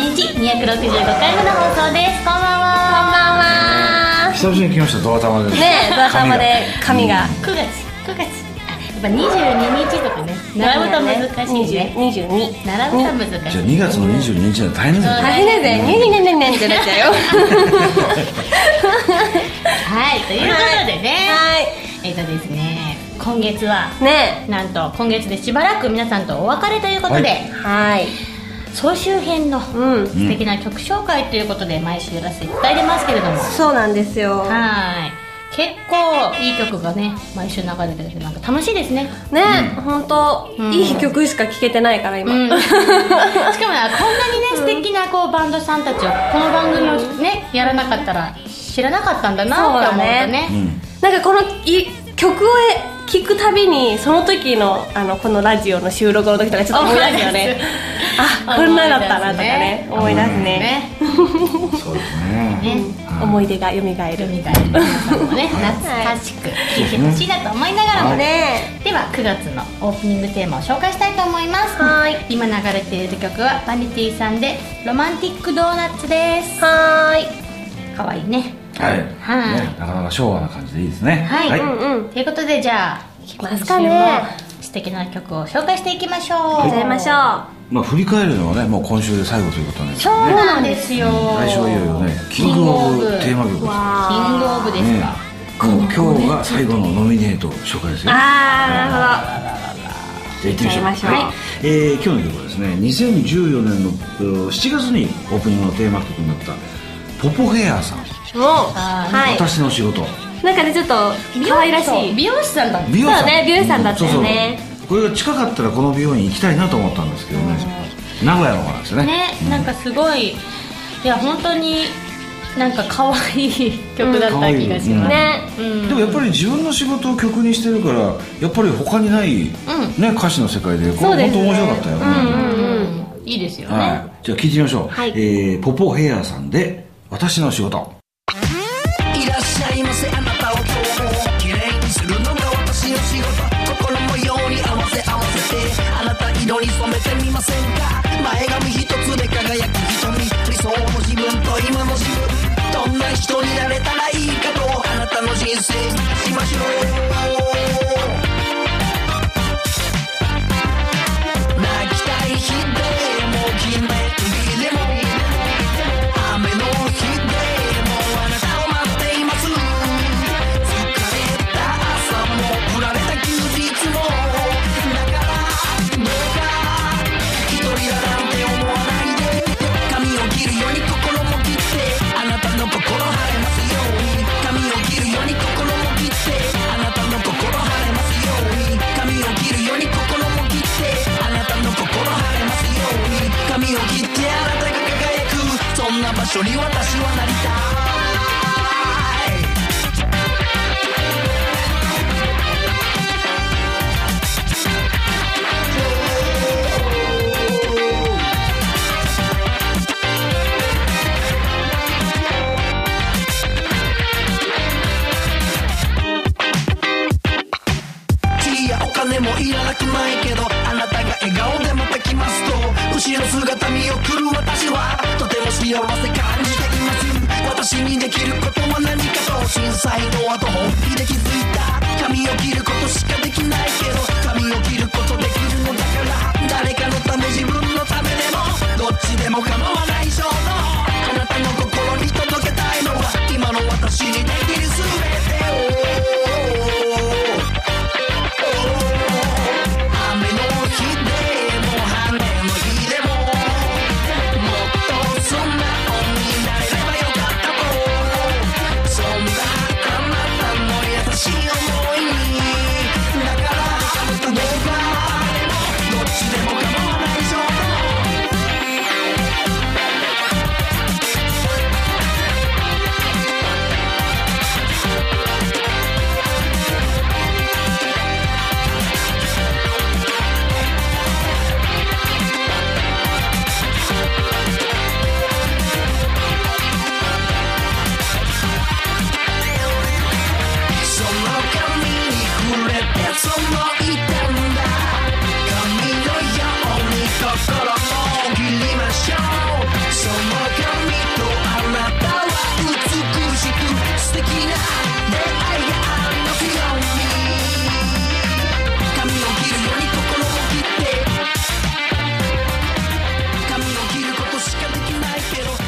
365回目の放送ですこんばんは久々に来ましたドア玉ですねえドア玉で髪がこんばんは9月9月やっぱ22日とかね並ぶと難しいね22並ぶと難じしゃあい2月の22日は大変でそすうね大変だぜねねねねねってなっちゃうよはいということでね、はえっ、とですね今月はいねなんと今月でしばらく皆さんとお別れということで、はいえはい総集編のうん素敵な曲紹介ということで毎週やらせていただいてますけれども、そうなんですよはい結構いい曲がね毎週流れてるけどなんか楽しいですねねえ本当うんいい曲しか聴けてないから今うん しかもなこんなにね素敵なこうバンドさんたちをこの番組をねやらなかったら知らなかったんだなって思うとねうんなんかこのい曲を聴くたびにその時のあのこのラジオの収録の時とかちょっと思い出すよねあこんなだったなとかね思思いい出出すすねねそうですねねうん思い出がよみがえるみたいな皆さんも ね懐かしく聴いてほしいなと思いながらもねねでは9月のオープニングテーマを紹介したいと思いますはい今流れている曲はバニティさんで「ロマンティックドーナツ」ですはーいかわいいねはい、はいね、なかなか昭和な感じでいいですねはい、んうんということでじゃあ聞きますかね素敵な曲を紹介していきましょう行っちゃいましょまあ、振り返るのはねもう今週で最後ということなんですそうなんですよ来週はいよいよねキングオブテーマ曲ですうわキングオブですねか、もう今日が最後のノミネート紹介ですよああじゃあ行ってみましょう、行っちゃいましょうはいえー今日の曲はですね2014年のえー7月にオープニングのテーマ曲になったポポヘアさん、なるほどもうはい私の仕事なんかねちょっと可愛らしい美容師さんだ美容師さんそうね美容師さんだったよねそうそうこれが近かったらこの美容院行きたいなと思ったんですけどね名古屋の方なんですよねねなんかすごいいや本当になんか可愛い曲だった気がします、ねうんでもやっぱり自分の仕事を曲にしてるからやっぱり他にない、ね歌詞の世界でこれそうで本す当ね面白かったよね、うんいいですよね、はい、じゃあ聞いてみましょう、はいえーポポヘアさんで「私の仕事いらっしゃいませあなたを今日も綺麗にするのが私の仕事心模様に合わせ合わせてあなた色に染めてみませんか前髪一つで輝く瞳理想の自分と今の自分どんな人になれたらいいかとあなたの人生しましょう泣きたい日でも決め日でも雨の日でもあなたを待っています疲れた朝も振られた休日もだからどうか一人だなんて思わないで髪を切るように心も切ってあなたの心晴れますように髪を切るように心も切ってあなたの心晴れますように髪を切るように心も切ってあなたの心晴れますように髪を切ってあなたが輝くそんな場所に私はなりたいいやお金もいらなくないけどあなたが笑顔でまた来ますと後ろ姿見送る私はとても幸せ感じています私にできることは何かと震災の後本気で気づいた髪を切ることしかできないけど髪を切ることできるのだから誰かのため自分のためでもどっちでも構わない衝動あなたの心に届けたいのは今の私にできる全てを雨の日でも晴れの日でももっと素直になれればよかったとそんなあなたの優しい想いだから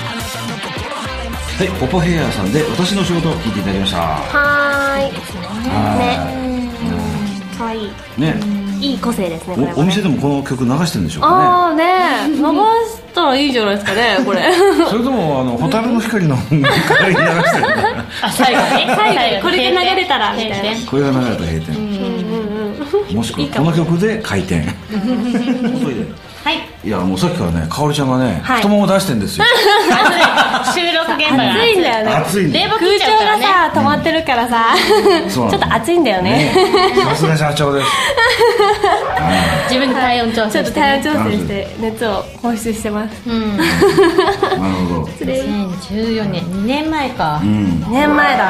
はいポポヘアーさんで私の仕事を聞いていただきましたはーいねかわいいねいい個性ですねこれはおねお店でもこの曲流してるんでしょうかああね伸ばしたらいいじゃないですかねこれねそれともあの蛍の光の 代わりに流してるんだあ最後ね 最後これで流れたらみたいななこれが流れた閉店もしくはこの曲で開店急いではいいやもうさっきからねかおりちゃんがね、はい太もも出して んですよ暑い収録現場が暑いんだよね暑い冷ね房切っ空ちゃうから調ねがさ止まってるからさちそょうなっのと暑いんだよねねさすが社長です 自分で体温調ち整ょっとして体ね温調整して熱を放出してますうんなるほど2014年2年前かうん2年前だ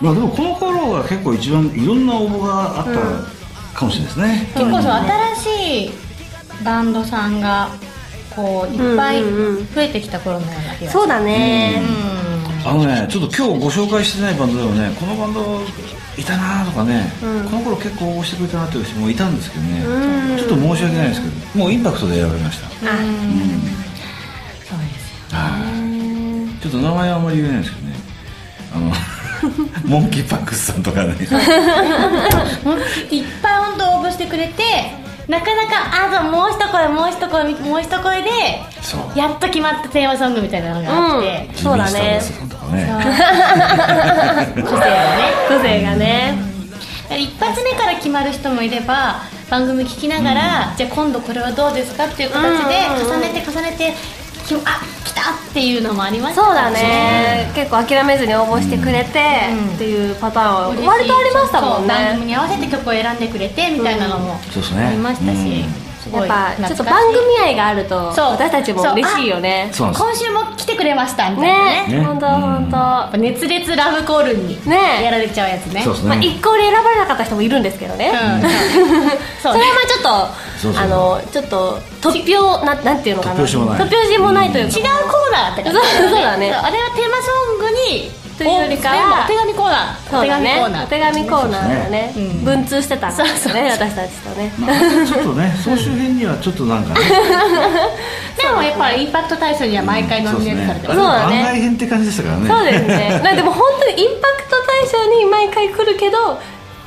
まあでもこの頃が結構一番いろんな応募があったかもしれないですね、結構そう新しいバンドさんがこういっぱいうんうんうん増えてきた頃のような気がするそうだねあのねちょっと今日ご紹介してないバンドでもねこのバンドいたなとかね、この頃結構応募してくれたなという人もいたんですけどね、ちょっと申し訳ないですけどもうインパクトで選ばれましたうんそうですはいちょっと名前はあんまり言えないですけどねあの モンキーパックスさんとかねいっぱい本当応募してくれてなかなかあともう一声もう一声もう一声でそうやっと決まったテーマソングみたいなのがあって、そうだねジミースターバックスさんとか個性がねね個性がね一発目から決まる人もいれば番組聞きながら、じゃあ今度これはどうですかっていう形でうん重ねて重ねてきあ来たっていうのもありましたそうだね結構諦めずに応募してくれてうんっていうパターン嬉しはい割とありましたもんそう番組ねに合わせて曲を選んでくれてみたいなのもそうですねありましたし、うんすやごっいぱちょっと懐かしい番組愛があるとそう私たちも嬉しいよねそうなんです今週も来てくれましたみたいなねねね本当うん本当やっぱ熱烈ラブコールにねやられちゃうやつねそうですね、まあ一向に選ばれなかった人もいるんですけどねうんそそうれねはまあちょっとそうそうあのちょっと突拍ななんていうのかな突拍子もない突拍子もないというか違うコーナーだったからねそうそうだねあれはテーマソングにというよりかはお手紙コーナーそおう手だ紙ねコーナおー手紙コーナーだねそうですね文通してたんそだうそうね私たちとねまあちょっとね総集編にはちょっとなんかねでもやっぱりインパクト体操には毎回ノミネートされてまそうすそうだだねね番外編って感じでしたからねそうですねなでも本当にインパクト大賞に毎回来るけど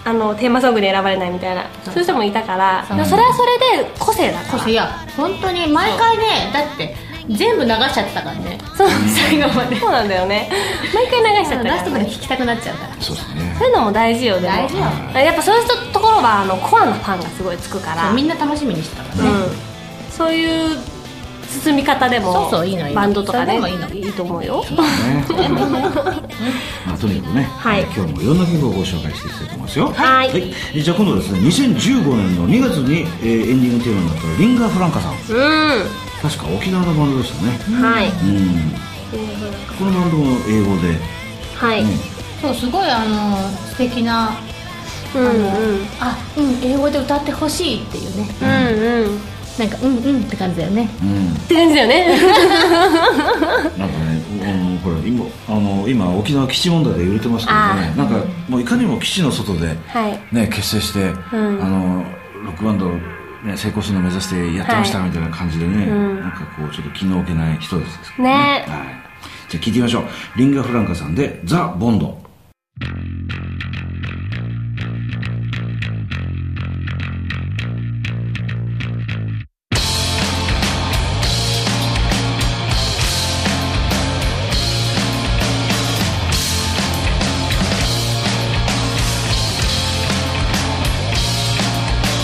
あのテーマソングに選ばれないみたいなそういう人もいたからでもそれはそれで個性だからいや本当に毎回ねだって全部流しちゃったからねそう最後までそうなんだよね毎回流しちゃったかラらストまで聞きたくなっちゃうからそうですねそういうのも大事よでも大事よやっぱそういう人ところはあのコアなファンがすごいつくからそうみんな楽しみにしてたからねうん、そういう進み方でもそうそういいのいいのバンドとそかれねでもいいのいいと思うよまあ、とにかくね、はいえー今日もいろんな曲をご紹介していきたいと思いますよはいえーじゃあ今度はですね2015年の2月に、えーエンディングテーマになったリンガー・フランカさんうんは確か沖縄のバンドでしたねいうんこのバンドも英語で、はい、そうすごいあの素敵なうん、うんあうん英語で歌ってほしいっていうねうんうんなんかうんうんって感じだよねうんうんって感じだよねなんかね、うん、これ今あの今沖縄基地問題で揺れてますけどねなんかもういかにも基地の外で、はいね、結成して、んあのロックバンドを、ね、成功するのを目指してやってましたはみたいな感じでね、うんなんかこうちょっと気の置けない人ですけどねはい、じゃあ聞いてみましょうリンガ・フランカさんで「ザ・ボンド」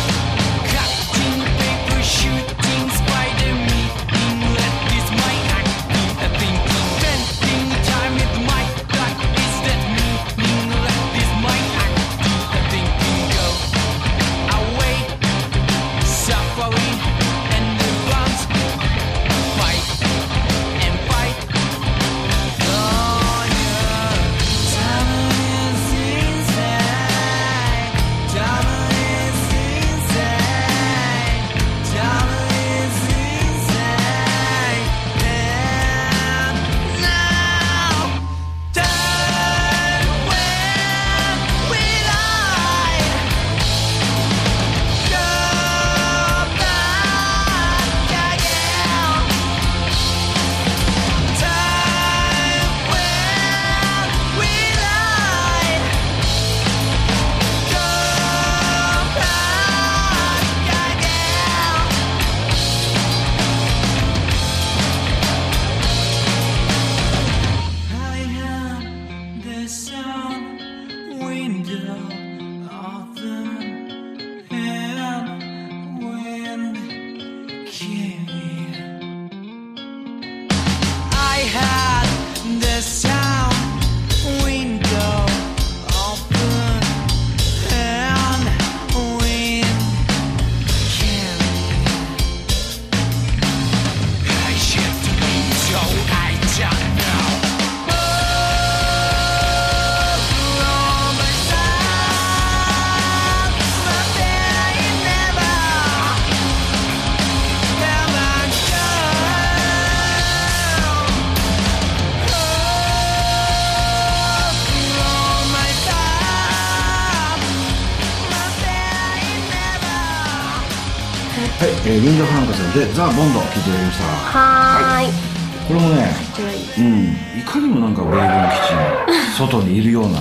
Cutting paper, shooting spider, meeting let this my act be a thinking. Spending time with my thought is that me had the sound window open and wind came. I should be so I don't know. on my side, but then I never. はい、Never. えー、リンダ・フランカスで「ザ・ボンド」聞いていただきましたはーいこれもねうんいかにもなんか米軍基地の外にいるような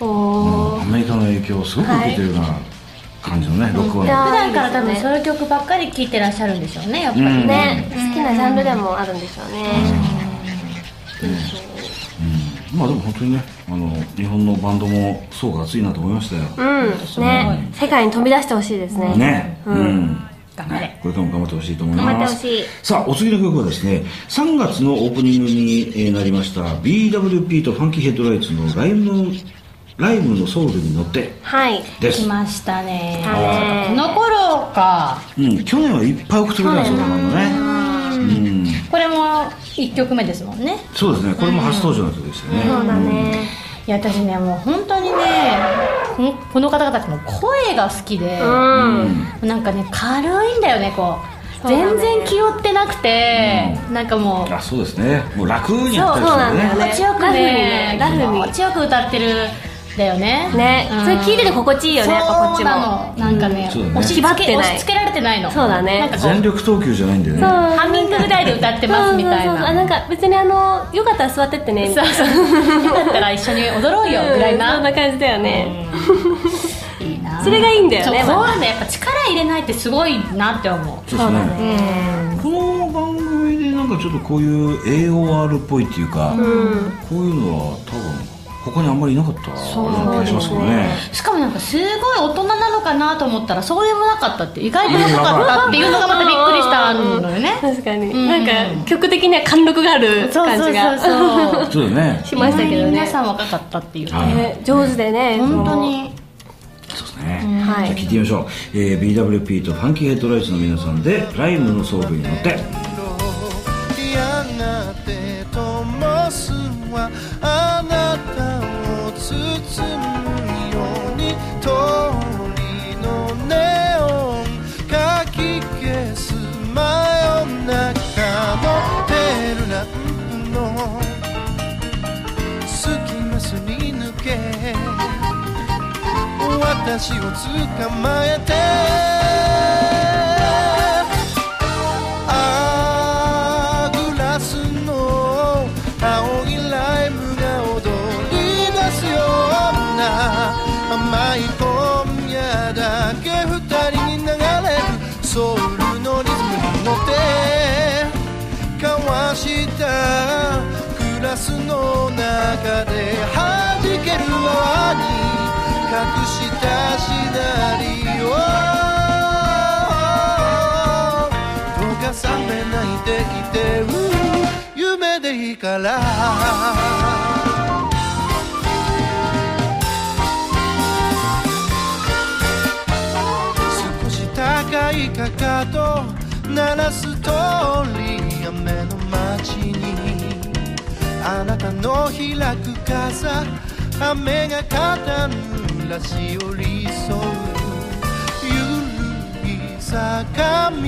おアメリカの影響をすごく受けてるような感じのね、録音いや普段から多分いいですそういう曲ばっかり聴いてらっしゃるんでしょうねやっぱりーね、ね好きなジャンルでもあるんでしょうねまあでも本当にねあの日本のバンドも層が厚いなと思いましたよ、うんね世界に飛び出してほしいですねねうん、頑張れこれからも頑張ってほしいと思います頑張ってほしいさあお次の曲はですね3月のオープニングにえーなりました BWP とファンキーヘッドライツのライブのライブのソウルに乗ってはいで来す、ましたねはいこの頃かうん、去年はいっぱい送ってくれたんですよこのバンドねうんこれも1曲目ですもんねそうですねこれも初登場の曲でしたね、そうだねいや私ねもう本当にねこのこの方々たちの声が好きで、うんなんかね軽いんだよねこうそうだ全ね然気負ってなくて、なんかもうあそうですねもう楽にやそっうたそうりしてなんだるねよね気持ちよくねねラフにねラフに気持ちよく歌ってるんだよねねうんそれ聞いてて心地いいよねやっぱこっそちうなものなんかねうんそうだね押し付縛ってけない押し付けられてないのそうだねなんかこ全う力投球じゃないんだよねハミングぐらいで歌ってますみたいそうそうそうあななんか別にあのよかったら座ってってねみそたういなそうよかったら一緒に踊ろうよぐらいうんそんなな感じだよねいいなそれがいいんだよそうねこうはねやっぱ力入れないってすごいなって思そうですねこの番組でなんかちょっとこういう AOR っぽいっていうか、こういうのは多分他にあんまりいなかったような気がしますけどねうしかもなんかすごい大人なのかなと思ったらそうでもなかったって意外となかったっていうのがまたびっくりしたのよね確かに、うんなんか曲的には貫禄があるそう感そうじそうがそうそうだねしましたけど皆ねさん若かったっていう、はね上手でね本当にそうですね、そのはじゃあ聞いいてみましょう、えー BWP とファンキーヘッドライツの皆さんで「ライムの装備に乗って」嫌なデートモスはあなたを包むように通りのネオンかき消す真夜中のテールランプの隙間すり抜け私を捕まえてあーグラスの青いライムが踊り出すような甘い今夜だけ二人に流れるソウルのリズムに乗って交わしたグラスの中で弾ける泡に隠したシナリオ溶かされないでいてうん夢でいいから少し高いかかと鳴らす通り雨の街にあなたの開く傘雨が肩濡らし寄り添うゆるい坂道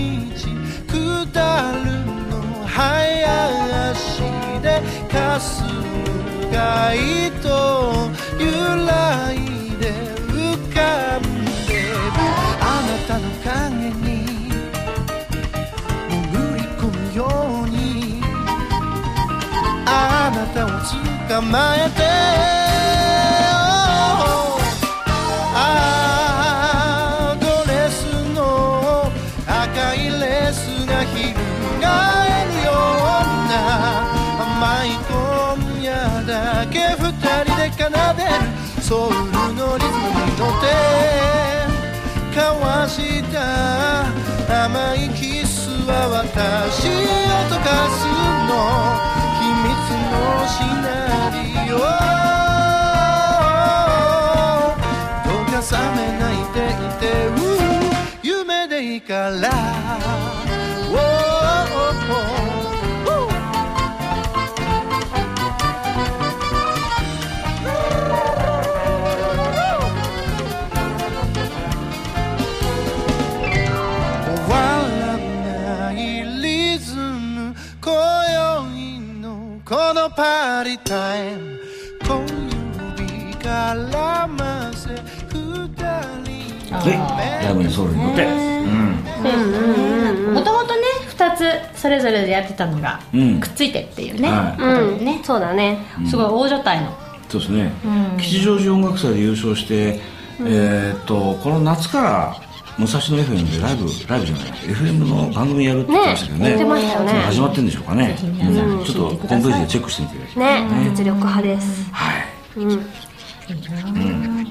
下るの早足で霞む街と揺らいで浮かんでるあなたの影に潜り込むようにあなたを捕まえてああドレスの赤いレースが翻るような甘い今夜だけ二人で奏でるソウルのリズムに乗って交わした甘いキスは私を溶かすのから」「おーおーおー終わらないリズム今宵のこのパーティータイム小指絡ませ二人はいラブにソウルに乗ってうんもともとね2つそれぞれでやってたのがうんくっついてっていうね、はいうんねそうだねすごい大所帯のそうですね、吉祥寺音楽祭で優勝して、えーっとこの夏から武蔵野 FM でライブライブじゃない FM の番組やるって言ってましたけどねね言ってましたよね始まってるんでしょうかね、うんちょっとホームページでチェックしてみてくださいね実力派ですはい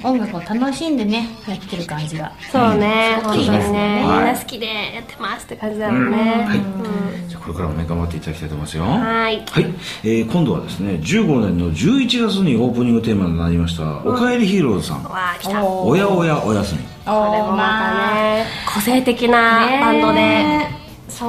音楽を楽しんでねやってる感じがそうね本当にそうですねねみんはいな好きでやってますって感じだもんねはい、じゃあこれからもね頑張っていただきたいと思いますよはいえー今度はですね15年の11月にオープニングテーマになりました「おかえりヒーローズ」さんわあ来「たおやおやおやすみおーこれもまたね個性的なねバンドでそ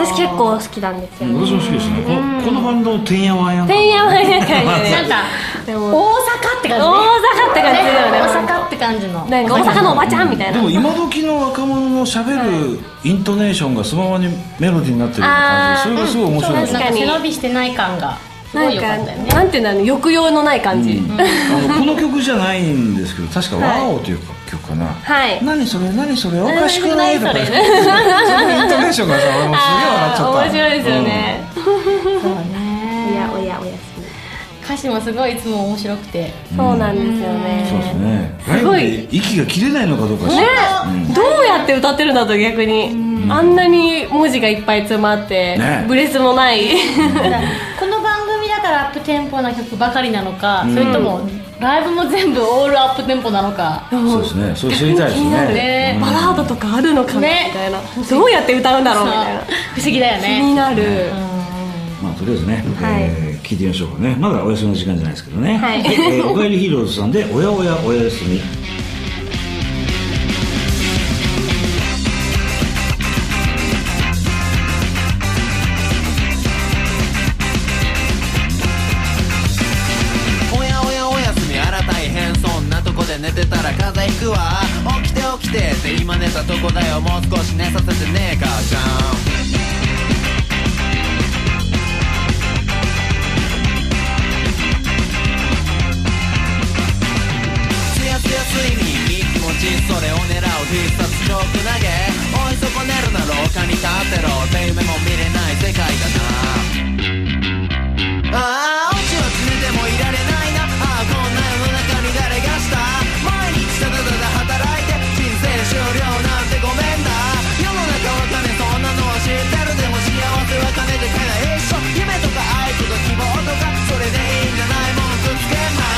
う私結構好きなんです」よ私も好きですねこのこのバンドのてんやわんやんてんやわんやかいねなんかで大も阪って感じね大阪って感じだよねね大阪って感じのなんか大阪のおばちゃんみたいでなも今時の若者のしゃべるイントネーションがそのままにメロディーになってるような感じでそれがすごい面白いですなんかね確かに背伸びしてない感がすごないん良かかったよねなんていうんだろう抑揚のない感じあのこの曲じゃないんですけど確か「はいワオ」というか曲かな「はい何それ何それおかしくない?」とかそのイントネーションがさ俺もすげえ笑っちゃった面白いですよねそうおねやおやおやすみ歌詞もすごいいつも面白くてそうなんですよねそうですねすごラいイブで息が切れないのかどうかしらねうんどうやって歌ってるんだと逆にあんなに文字がいっぱい詰まってねブレスもないただこの番組だからアップテンポな曲ばかりなのか、それともライブも全部オールアップテンポなのか、そうですねそれ知りたいです気になるねねバラードとかあるのかなみねたいなどうやって歌うんだろうみたいな不思議だよ気にねなるまあとりあえずね、はいえー聞いてみましょうかねまだお休みの時間じゃないですけどね、はいでえーおかえりヒーローズさんで「おやおやおやすみ」おやおやおやすみあら大変そんなとこで寝てたら風邪ひくわ起きて起きてって今寝たとこだよもう少し寝させてねえ母ちゃんつやつや睡眠いい気持ちそれを狙う必殺チョーク投げ追い損ねるな廊下に立ってろって夢も見れない世界だなああ落ちはつれてもいられないなああこんな世の中に誰がした毎日ただただ働いて人生終了なんてごめんだ世の中は金そんなのは知ってるでも幸せは金で買えない一緒夢とか愛とか希望とかそれでいいんじゃないもんぶつけんな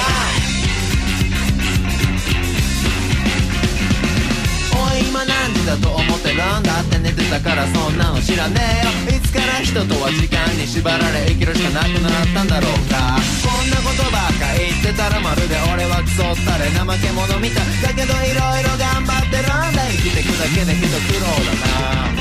おい今何時だと思ってるんだって寝てたからそんなの知らねえよいつから人とは時間に縛られ生きるしかなくなったんだろうかこんなことばっか言ってたらまるで俺はクソったれ怠け者みたいだけどいろいろ頑張ってるんだ生きてくだけでけど苦労だな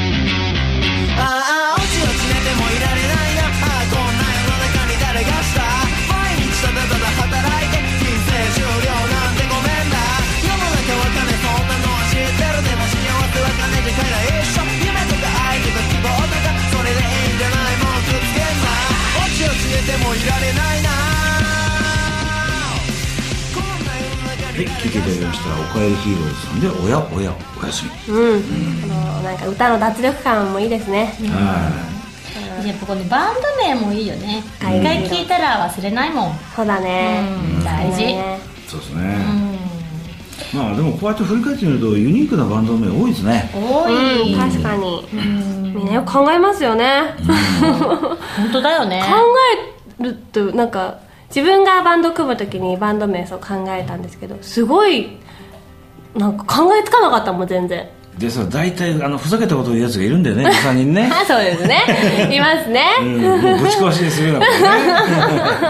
ああ落ち落ち寝てもいられないなああこんな世の中に誰がした毎日ただただ働いて人生終了なんてごめんな世の中は金そんなのは知ってるでも幸せは金じゃ買えない一緒夢とか愛とか希望とかそれでいいんじゃないもうくっつけんな落ち落ち寝てもいられないなこんはい、な世の中に聞いていただきま誰がししたた「おかえりヒーローズ」さんで「おやおやおやすみ」うんあのなんか歌の脱力感もいいですねはいやっぱこのバンド名もいいよね一はい回聴いたら忘れないもん、そうだねうん大事、そうですね、まあでもこうやって振り返ってみるとユニークなバンド名多いですね多うい、ん確かにみんなよ く考えますよね本当だよね考えるとなんか自分がバンド組む時にバンド名そう考えたんですけどすごいなんか考えつかなかったもん全然でさ大体あのふざけたことを言うやつがいるんだよね23人 ね、あそうで すねいますね、うん、もうぶち壊しにするようなことね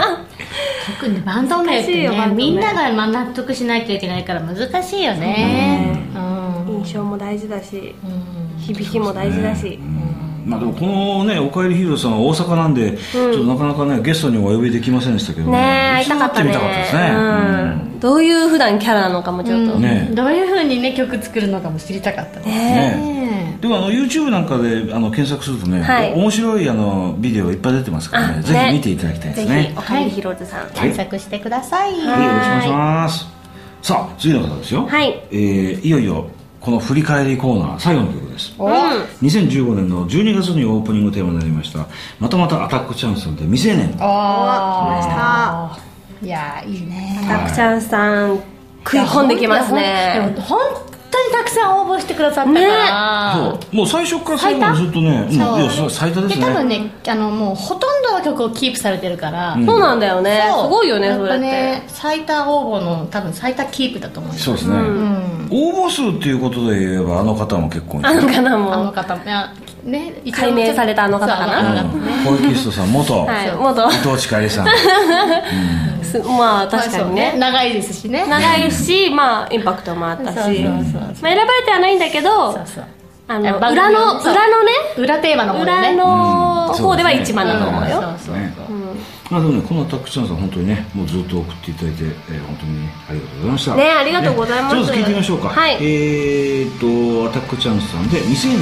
特にバンド名って難しいよねバンド名みんながまあ納得しないといけないから難しいよねうんうん印象も大事だし響きも大事だし、まあでもこのね、おかえりヒーローさんは大阪なんで、ちょっとなかなかね、ゲストにはお呼びできませんでしたけどねえ会い一度たか会っったてみたねかったですね。うんどういう普段キャラなのかもちょっと、うんねねえどういうふうにね曲作るのかも知りたかったねうんねでもあの YouTube なんかであの検索するとね、はい面白いあのビデオいっぱい出てますからねあぜねひ見ていただきたいですぜねひおかえりひろずさん、はい検索してくださいはいよろしくお願いしますさあ次の方ですよはいえーいよいよこの振り返りコーナー最後の曲ですお2015年の12月にオープニングテーマになりましたまたまたアタックチャンスで未成年おー来まいやーいいねたくちゃんさん食い込んできますねでも本当にたくさん応募してくださったかねら、そうもう最初から最後までずっとねうんいそうやそう最多ですね多分ねあのもうほとんどの曲をキープされてるから、んそうなんだよねそうすごいよねやそっれぱって、ね最多応募の多分最多キープだと思いますそうですね、応募数っていうことで言えばあの方も結構いてあのかなあものう方いやね一応解明されたあの方かなそうあの方うん小池ストさん元、はいそう元伊藤千佳里さんすまあ確かにそうね長いですしね長いし まあインパクトもあっそうたそうしまあそうそう選ばれてはないんだけどそうそうあいやの番組裏のそう裏のね裏テーマの方で裏ねの方では一番だと思うよ、うんそうそうそうまあでもねこのタックチャンスは本当にねもうずっと送っていただいて、えー本当にねありがとうございましたねありがとうございますねちょっと聞いてみましょうかはいえーっとアタックチャンスさんで未成年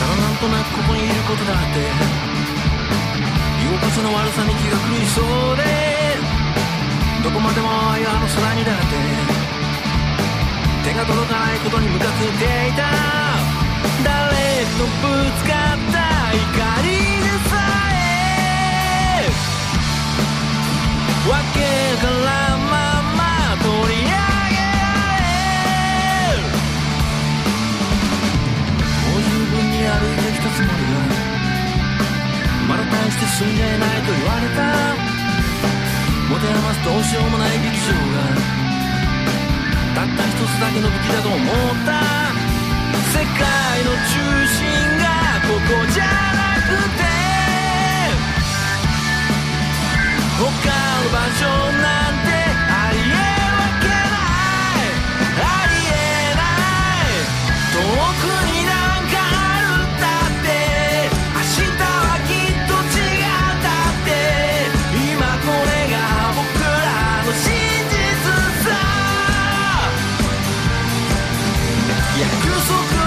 ただなんとなくここにいることだって居心地の悪さに気が狂いそうでどこまでもああいうあの空にだって手が届かないことにムカついていた誰とぶつかった怒りでさえわけからんまま取り上げられるもう十分に歩いてきたつもりがまだ大して進んじゃいないと言われた持て余すどうしようもない劇場がたった一つだけの武器だと思った世界の中心がここじゃなくて他の場所なんてありえるわけないありえない遠くになんかあるんだって明日はきっと違うだって今これが僕らの真実さ約束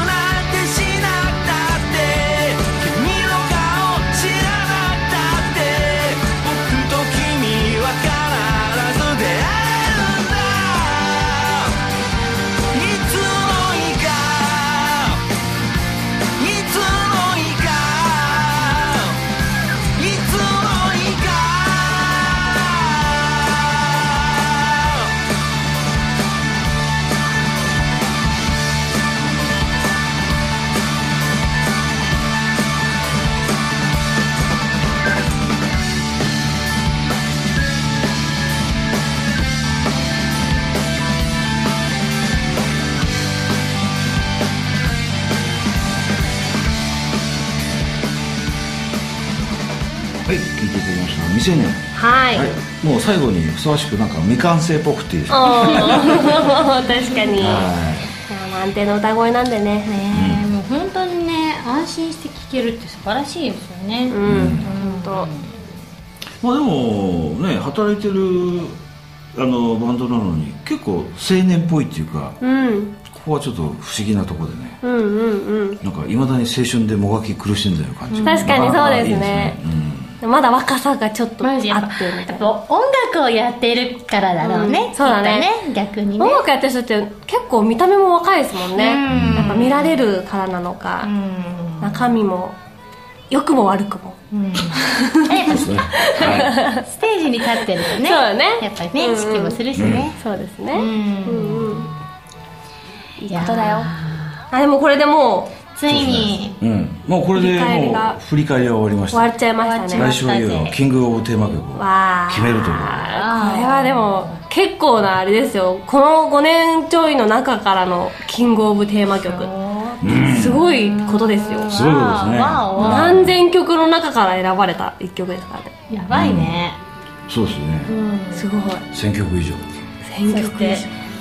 なんてしなくたって君の顔知らなくたって僕と君は必ず出会えるんだいつの日かいつの日かいつの日かはい聞いていただきました未成年はい、はいもう最後にふさわしくなんか未完成っぽくっていうおー 確かにはい安定の歌声なんでねねもう本当にね安心して聴けるって素晴らしいですよね、うん、本当まあでもね働いてるあのバンドなのに結構青年っぽいっていうかうんここはちょっと不思議なところでねうんうんうんなんかいまだに青春でもがき苦しんでる感じが、確かにそうですねうんまだ若さがちょっとあマっジてやっぱみたやっいぱな音楽をやっているからだろうね、うんそうだねきっと逆にね音楽やってる人って結構見た目も若いですもんねうんやっぱ見られるからなのかうん中身も良くも悪くもうん、やっぱスはいテージに立ってるとねそうだねやっぱりね意識もするしねそうですねううんんうんいいいいことだよあでもこれでもついにうん、もうこれでもう振り返りは終わりまうし終わたっちゃいました終わねっ来週はいよいよキングオブテーマ曲わをー決めるというこれはでも結構なあれですよこの5年ちょいの中からのキングオブテーマ曲すごいことですよすごいことですねわお何千曲の中から選ばれた1曲ですからねやばいね、そうですね、すごい1000曲以上選そ曲して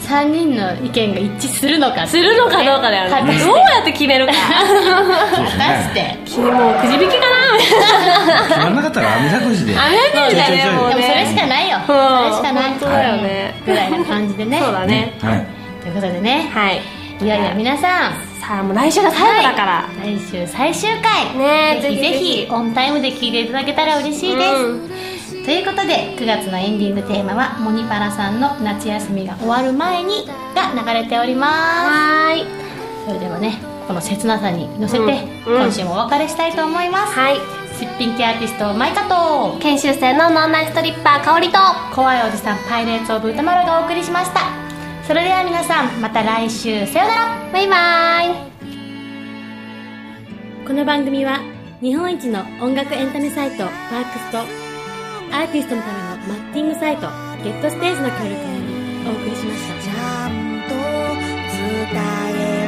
3人の意見が一致するのかするのかどうかだよね果どうやって 決めるかそうですたしねて君もうくじ引きかなみたいな 決まんなかったらあみだくじであれなんだねもうでもそれしねかないよ、それしかない本当だよねぐらいな感じでねそうだねはいということでね、はいい、やいや皆さんさあもう来週が最後だから来週最終回ねえぜひぜぜひぜひひオンタイムで聞いていただけたら嬉しいです、うんということで9月のエンディングテーマはモニパラさんの「夏休みが終わる前に」が流れておりまはーいすそれではねこの切なさに乗せて、うんうん今週もお別れしたいと思います、はいすっぴん系アーティストマイカと研修生のノンナイストリッパー香りと怖いおじさんパイレーツ・オブ・歌丸がお送りしましたそれでは皆さんまた来週さようならバイバイこの番組は日本一の音楽エンタメサイトパークスとアーティストのためのマッティングサイトゲットステージの協力によりお送りしました。ちゃんと伝え